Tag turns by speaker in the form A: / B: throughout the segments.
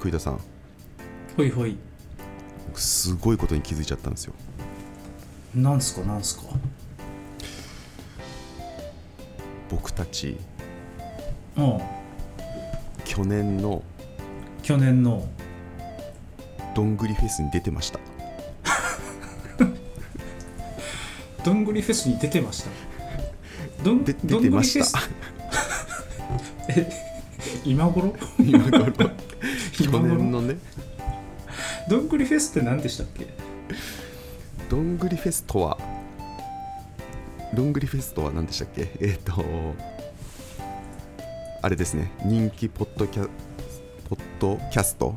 A: 栗田さん
B: ほいほい
A: 僕すごいことに気づいちゃったんですよ
B: なんすかなんすか
A: 僕たち
B: うん
A: 去年の
B: 去年の
A: どんぐりフェスに出てました
B: どんぐりフェスに出てましたどん
A: で
B: ど
A: 出
B: んぐ
A: て
B: りフ
A: ま
B: ェ
A: し
B: ス
A: た
B: 今頃
A: 今頃 去
B: 今
A: 年
B: 頃
A: のね
B: どんぐりフェスって何でしたっけ
A: どんぐりフェスとはどんぐりフェスとは何でしたっけえっ、とあれですね人気ポッドキャポッドキャスト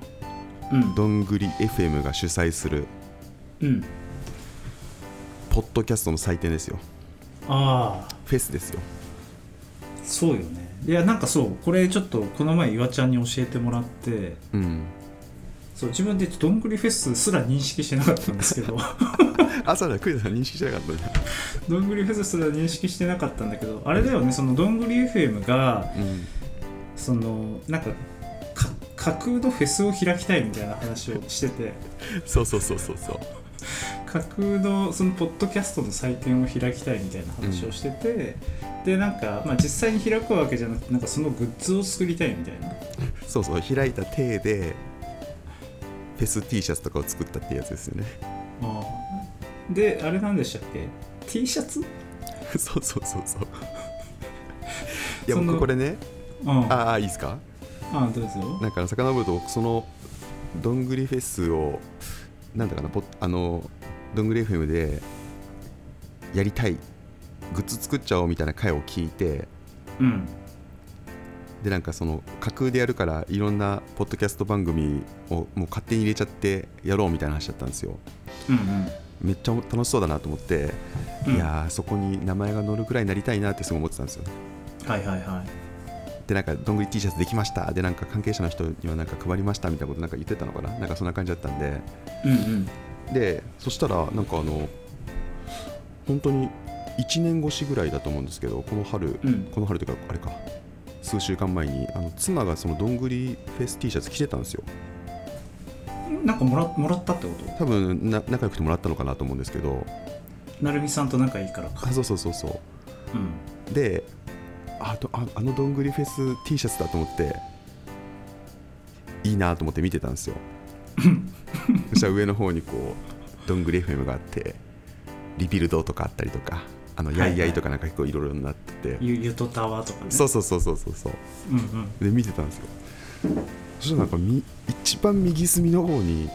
B: うん
A: どんぐり FM が主催する
B: うん
A: ポッドキャストの祭典ですよ
B: ああ
A: フェスですよ
B: そうよねいやなんかそうこれちょっとこの前岩ちゃんに教えてもらって
A: うん
B: そう自分でどんぐりフェスすら認識してなかったんです けど
A: あそうだクイズさん認識してなかったね
B: どんぐりフェスすら認識してなかったんだけどあれだよねそのどんぐり FM が
A: うん
B: そのなんかか架空のフェスを開きたいみたいな話をしてて
A: そうそうそうそうそう
B: 架空のそのポッドキャストの祭典を開きたいみたいな話をしてて、でなんか、まあ、実際に開くわけじゃなくてなんかそのグッズを作りたいみたいな
A: そうそう開いた手でフェス T シャツとかを作ったってやつですよね
B: であれなんでしたっけ T シャツ
A: そうそうそうそういや
B: その
A: 僕これね
B: うんあ
A: ああいいですか
B: あどうぞ
A: なんかさかのぼると僕そのどんぐりフェスをなんだかなポッあのどんぐり FM でやりたいグッズ作っちゃおうみたいな回を聞いて
B: うん
A: でなんかその架空でやるからいろんなポッドキャスト番組をもう勝手に入れちゃってやろうみたいな話だったんですよ
B: うん
A: めっちゃ楽しそうだなと思って、
B: うん
A: いやーそこに名前が載るくらいになりたいなってすごい思ってたんですよ
B: はいはいはい
A: でなんかどんぐり T シャツできましたでなんか関係者の人にはなんか配りましたみたいなことなんか言ってたのかななんかそんな感じだったんで
B: うんうん
A: でそしたらなんかあの本当に1年越しぐらいだと思うんですけどこの春、
B: うん
A: この春というかあれか数週間前にあの妻がそのどんぐりフェス T シャツ着てたんですよ
B: なんかもらもらったってこと
A: 多分な仲良くてもらったのかなと思うんですけど
B: なるみさんと仲いいからか
A: あそうそうそうそう
B: うん
A: であとああのどんぐりフェス T シャツだと思っていいなと思って見てたん ですよそしたら上の方にこうどんぐり FM があってリビルドとかあったりとかあの
B: はいは
A: や
B: い
A: いやいとかなんかこういろいろなってて、
B: ゆゆとタワーとかね
A: そううそうそうそうそうそう
B: うんうん
A: で見てたんですよそしたらなんかみ一番右隅の方に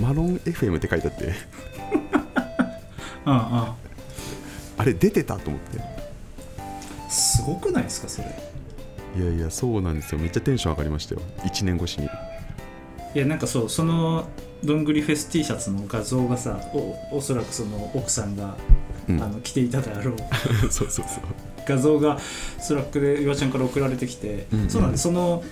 A: マロン FM って書いてあって
B: うんうん
A: あれ出てたと思ってい
B: すごくないですかそれ
A: やいやそうなんですよめっちゃテンション上がりましたよ1年越しに
B: いやなんかそうそのどんぐりフェス T シャツの画像がさおおそらくその奥さんが、
A: うん
B: あの着ていたであろう
A: そうそうそう
B: 画像がスラックで岩ちゃんから送られてきて、
A: うんうん
B: そうなんですその、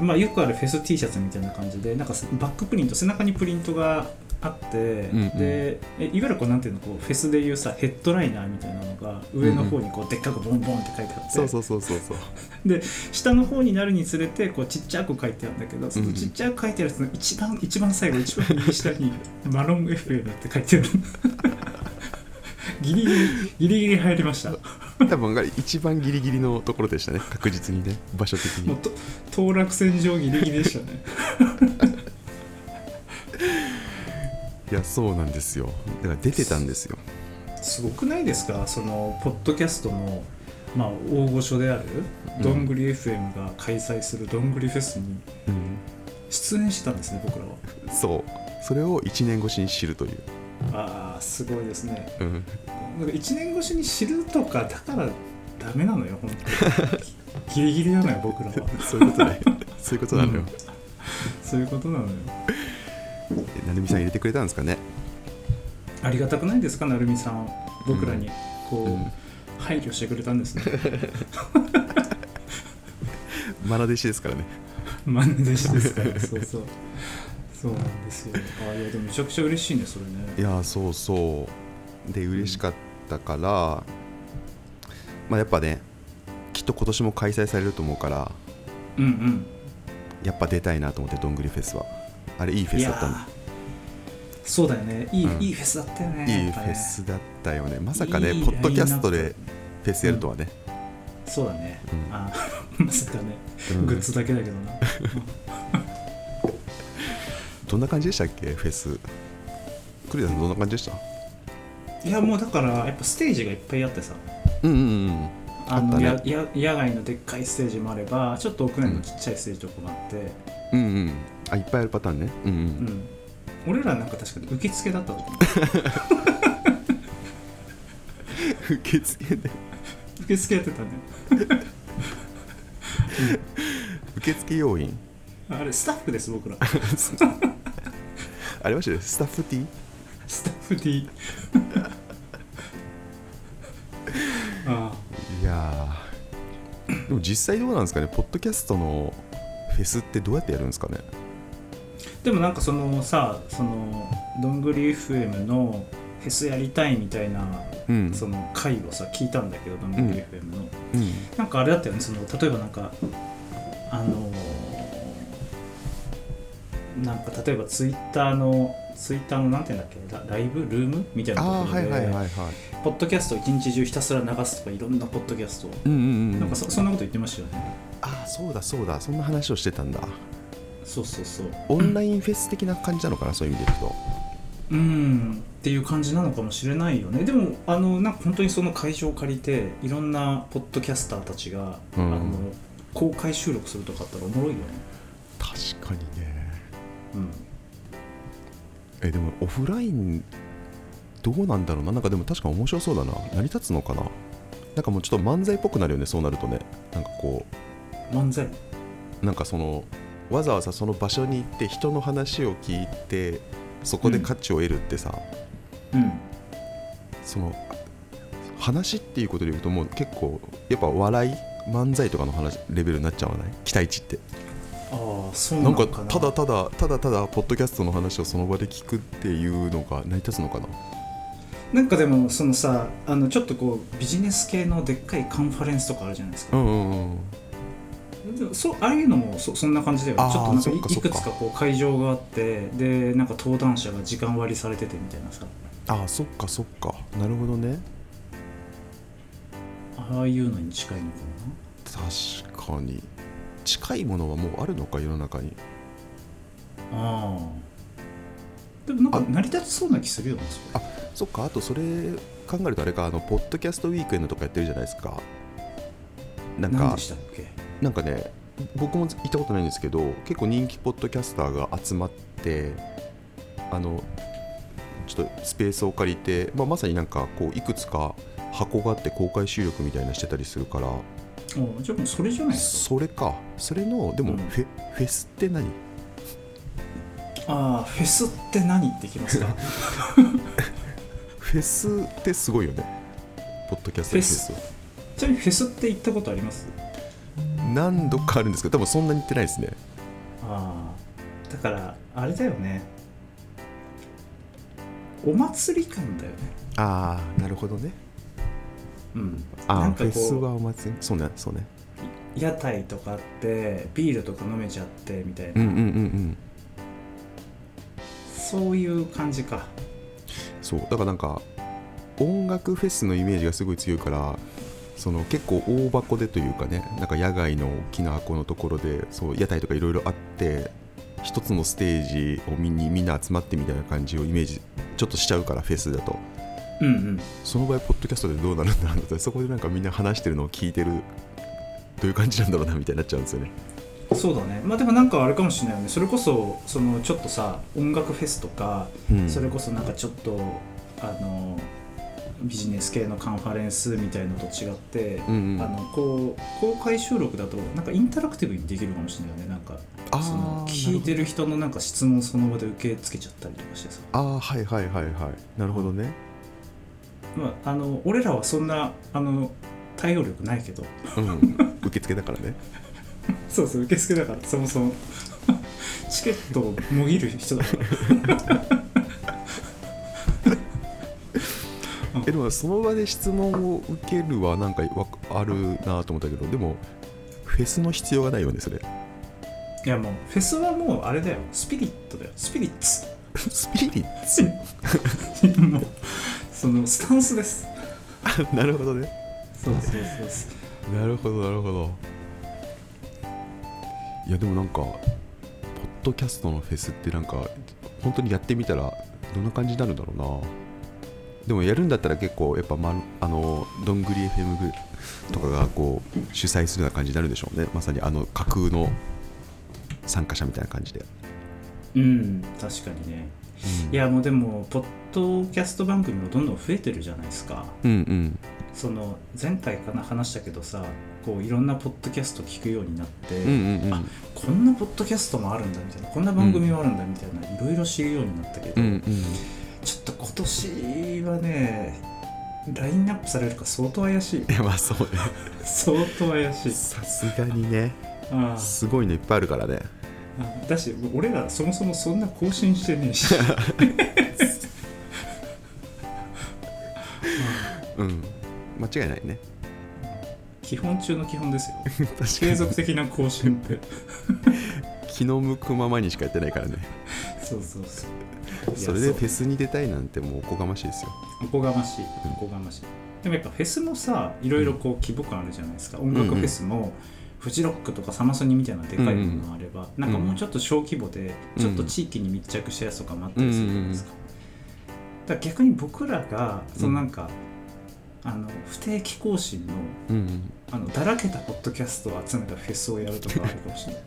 B: まあ、よくあるフェス T シャツみたいな感じでなんかバックプリント背中にプリントがあって、
A: んうん
B: でえいわゆるこうなんていうのこうフェスでいうさヘッドライナーみたいなのが上の方にこうでっかくボンボンって書いてあって、
A: そうそうそうそうそう
B: で下の方になるにつれてこうちっちゃく書いてあるんだけどそ
A: うんう
B: の
A: ん
B: ちっちゃく書いてあるやつの一番一番最後一番右下に「マロン FM」って書いてある ギリギリギリギリ入りましたも
A: 多分一番ギリギリのところでしたね確実にね場所的
B: う
A: に
B: と当落線上ギリギリでしたね
A: いやそうなんですよだから出てたんですよ
B: すごくないですかそのポッドキャストの、まあ、大御所であるどんぐり FM が開催するどんぐりフェスに
A: うん
B: 出演してたんですね僕らは
A: そうそれを1年越しに知るという、
B: ああすごいですね
A: うん、
B: なんか1年越しに知るとかだからダメなのよ本当に ギリギリなのよ僕ら は
A: そういうことねそういうことなのよ、
B: そういうことなのよ
A: えなるみさん入れてくれたんですかね
B: ありがたくないですか成美さん僕らにこう、
A: うん
B: 配慮してくれたんですね
A: マナ弟子ですからね
B: マネ弟子ですから そうそうそうなんですよああいやでもめちゃくちゃ嬉しいねそれ
A: い
B: ね
A: やそうそうで嬉しかったから、まあやっぱねきっと今年も開催されると思うから
B: うんうん
A: やっぱ出たいなと思ってどんぐりフェスはあれいいフェ
B: い
A: ス
B: や
A: だったん
B: ーそうだよねいい,、
A: うん
B: いいフェスだったよね
A: いい
B: やっ
A: フ
B: ぱね
A: ェスだったよねまさかね
B: いい
A: ポッドキャスト
B: ライン
A: で
B: ナッ
A: フェスやるとはね、
B: そうだね、
A: うん
B: あー まさかね、
A: うん
B: グッズだけだけどな
A: どんな感じでしたっけフェス栗田さんどんな感じでした
B: いやもうだからやっぱステージがいっぱいあってさ
A: うんうんうん
B: あの
A: あった
B: やや野外のでっかいステージもあればちょっと屋内のちっちゃいステージとかもあって、
A: うんうんあいっぱいあるパターンねうんうん、
B: うん俺らなんか確かに受付だったと思う
A: 受付で
B: 受付やってたね
A: 受付要員
B: あれスタッフです 僕ら
A: ありましたねスタッフティー
B: スタッフ D ああ
A: いやーでも実際どうなんですかねポッドキャストのフェスってどうやってやるんですかね
B: でもなんかそのさそのどんぐり FM のフェスやりたいみたいな、
A: うん
B: その回をさ聞いたんだけどどんぐり FM の、
A: うん
B: なんかあれだったよねその例えばなんかあのーなんか例えばツイッターのツイッターのなんていうんだっけラライブルームみたいなとこ
A: ああ
B: ろ
A: ー
B: で、
A: はいはいはいはい
B: ポッドキャストを一日中ひたすら流すとかいろんなポッドキャストを、
A: うんうんう
B: な
A: ん
B: んかそそんなこと言ってましたよね
A: ああそうだそうだそんな話をしてたんだ
B: そうそうそう
A: オンラインフェス的な感じなのかなそういう意味でいくと
B: うんっていう感じなのかもしれないよねでもあのなんか本当にその会場を借りていろんなポッドキャスターたちが、
A: うん
B: あの公開収録するとかあったらおもろいよね、
A: 確かにね
B: うん、
A: えでもオフラインどうなんだろうななんかでも確か面白そうだな成り立つのかななんかもうちょっと漫才っぽくなるよねそうなるとねなんかこ
B: 漫才
A: うなんかそのわざわざその場所に行って人の話を聞いてそこで価値を得るってさ、
B: うん
A: その話っていうことで言うともう結構やっぱ笑い漫才とかの話レベルになっちゃわない期待値って
B: ああそうな
A: な
B: の
A: ん
B: か
A: か
B: な
A: ただただただただポッドキャストの話をその場で聞くっていうのが成り立つのかな
B: なんかでもそのさあのちょっとこうビジネス系のでっかいカンファレンスとかあるじゃないですか、
A: んうんうん
B: でもそうああいうのもそそんな感じだよ
A: あー
B: ねちょっとなんか
A: そ
B: い
A: っかそっ
B: い
A: か
B: くつかこう会場があってでなんか登壇者が時間割りされててみたいなさ
A: ああそっかそっかなるほどね
B: ああいうのに近いのかな
A: 確かに近いものはもうあるのか世の中に
B: ああでもなん
A: あ
B: か成り立ちそうな気するよねそ
A: あそっかあとそれ考えるとあれかあのポッドキャストウィークエンドとかやってるじゃないですかな
B: れ
A: ん
B: 何
A: か
B: でしたっけ
A: なんかね僕も行ったことないんですけど結構人気ポッドキャスターが集まってあのちょっとスペースを借りて、まあ、まさになんかこういくつか箱があって公開収録みたいなしてたりするから
B: おじゃあもうそれじゃないです
A: それかそれのでも
B: うん
A: フェ,、フェスって何
B: かああ フェスって何って きますか
A: フェスってすごいよねポッドキャストのフェス
B: ちなみにフェスって行ったことあります
A: 何度かあるんですけど多分そんなに行ってないですね
B: ああだからあれだよねお祭り感だよね
A: ああなるほどね
B: うん
A: あ
B: な
A: あ
B: んか
A: フェス
B: こ
A: はお祭りそうねそうね
B: う屋台とかあってビールとか飲めちゃってみたいな、
A: うんうんうんうん
B: そういう感じか
A: そうだからなんか音楽フェスのイメージがすごい強いからその結構大箱でというかねなんか野外の大きな箱のところでそう屋台とかいろいろあって一つのステージを見にみんな集まってみたいな感じをイメージちょっとしちゃうからフェスだと
B: うんうん
A: その場合ポッドキャストでどうなるんだろうなってそこでなんかみんな話してるのを聞いてるどういう感じなんだろうなみたいになっちゃうんですよね
B: そうだねまあでもなんかあれかもしれないよねそれこそそのちょっとさ音楽フェスとか、
A: うん
B: それこそなんかちょっとあのビジネス系のカンファレンスみたいのと違って、
A: うんうん
B: あのこう公開収録だとなんかインタラクティブにできるかもしれないよねなんか
A: あー
B: その聞いてる人のなんか質問その場で受け付けちゃったりとかしてさ、
A: ああはいはいはいはいなるほどね
B: まあ、あの俺らはそんなあの対応力ないけど
A: うん受付だからね
B: そうそう受付だ からそもそもチケットをもぎる人だから
A: えでもその場で質問を受けるは なんかわあるなと思ったけどでもフェスの必要がないよねそれ
B: いやもうフェスはもうあれだよスピリットだよスピリッツ
A: スピリッ
B: もうそのスタンスです
A: ツ なるほどね
B: そうそうそうそう
A: なるほどなるほどいやでもなんかポッドキャストのフェスってなんか本当にやってみたらどんな感じになるんだろうなでもやるんだったら結構やっぱ、ま、あのどんぐり FM ぐとかがこう主催するような感じになるでしょうねまさにあの架空の参加者みたいな感じで、
B: うん確かにねいやもうでもポッドキャスト番組もどんどん増えてるじゃないですか
A: うんうん
B: その前回かな話したけどさこういろんなポッドキャスト聞くようになって、
A: うんうんうん
B: あこんなポッドキャストもあるんだみたいなこんな番組もあるんだみたいないろいろ知るようになったけど、
A: うんうん
B: ちょっと今年はねラインナップされるか相当 怪しい
A: いやまあそうね
B: 相当怪しい
A: さすがにね
B: ああ
A: すごいのいっぱいあるからね
B: あだし俺らそもそもそんな更新してね えし
A: うん間違いない ね
B: 基本中の基本ですよ
A: 確か
B: 継続的な更 新って
A: 気の向くままにしかやってないからね
B: そうそうそういや
A: それで
B: う
A: フェスに出たいなんてもうおこがましいですよ
B: おこがましい
A: うん
B: おこがましいでもやっぱフェスもさいろいろこう規模感あるじゃないですか、音楽フェスもフジロックとかサマソニみたいなでかいものがあれば、なんかもうちょっと小規模で、
A: うん
B: ちょっと地域に密着したやつとかもあったりするじゃないですか、だから逆に僕らがそのなんか、あの不定期更新の
A: うん
B: あのだらけたポッドキャストを集めたフェスをやるとかあるかもしれない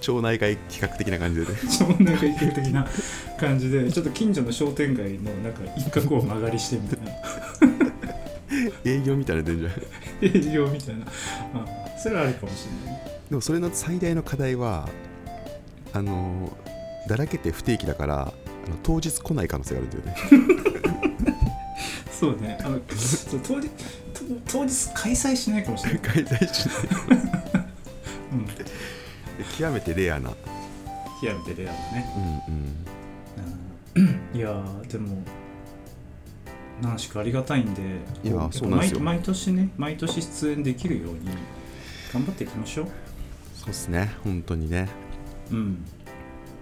A: 町内会企画的な感じでね
B: ちょっとなんか一的な感じでちょっと近所の商店街のなんか一角を曲がりしてみたいな
A: 営業みたいなの出んじゃんで
B: 営業みたいな、うん、それはあるかもしれない
A: もそれの最大の課題はあのーだらけて不定期だからあの当日来ない可能性があるんだよね
B: そうねあのそう当日当当日開催しないかもしれない、
A: 開催しない
B: うん、
A: 極めてレアな
B: 極めてレアだね、
A: うんうん
B: うん、いやーでも何しかありがたいんで
A: いやー
B: こ
A: そうなんですよ
B: 毎毎年ね毎年出演できるように頑張っていきましょう
A: そうっすね本当にね
B: うん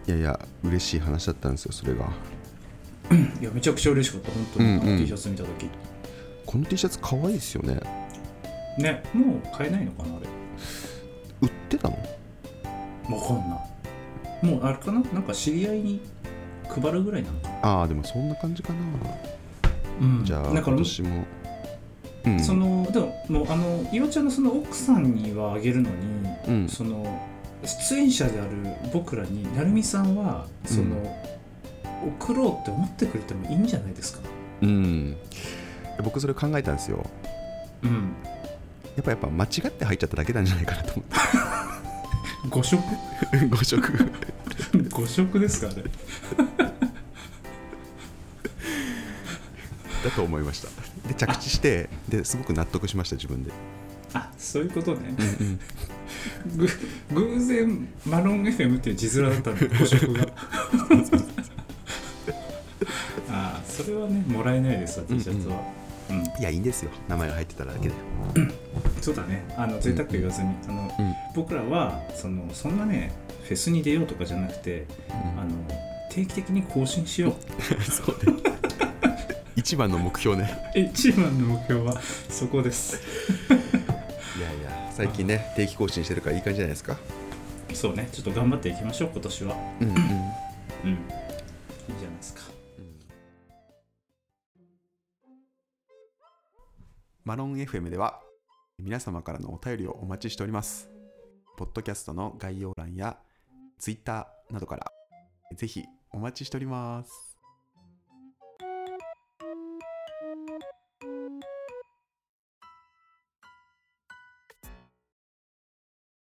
A: いやいや嬉しい話だったんですよそれが
B: いやめちゃくちゃ嬉しかった本当に、
A: うんうん
B: あの T シャツ見た時
A: この T シャツ可愛いですよね
B: ねもう買えないのかなあれ
A: 売ってたの
B: わかんないもうあれかななんか知り合いに配るぐらいなのかな、
A: ああでもそんな感じかな
B: うん
A: じゃあ
B: だか
A: 今
B: ら
A: 年も、うん、
B: そのでももうあのいわちゃんのその奥さんにはあげるのに、
A: うん
B: その出演者である僕らに成美さんはその、送ろうって思ってくれてもいいんじゃないですか
A: うん、僕それ考えたんですよ
B: うん
A: やっぱやっぱ間違って入っちゃっただけなんじゃないかなと思
B: 誤 食
A: って誤色
B: 誤食ですかあれ
A: だと思いましたで着地してですごく納得しました自分で、
B: あそういうことね
A: うん
B: ぐ偶然マロン FM っていう字面だ ったので誤食があそれはねもらえないですわ T シャツは、うん
A: いやいいんですよ名前が入ってただけで
B: そうだねあの贅沢言わずに、あの
A: うん
B: 僕らはそのそんなねフェスに出ようとかじゃなくてあの定期的に更新しよう
A: そうね一番の目標ね
B: 一番の目標はそこです
A: いやいや最近ね定期更新してるからいい感じじゃないですか
B: そうねちょっと頑張っていきましょう今年は
A: うんうん
B: うんいいじゃないですか
A: マロン FM では皆様からのお便りをお待ちしております。ポッドキャストの概要欄や Twitter などからぜひお待ちしております。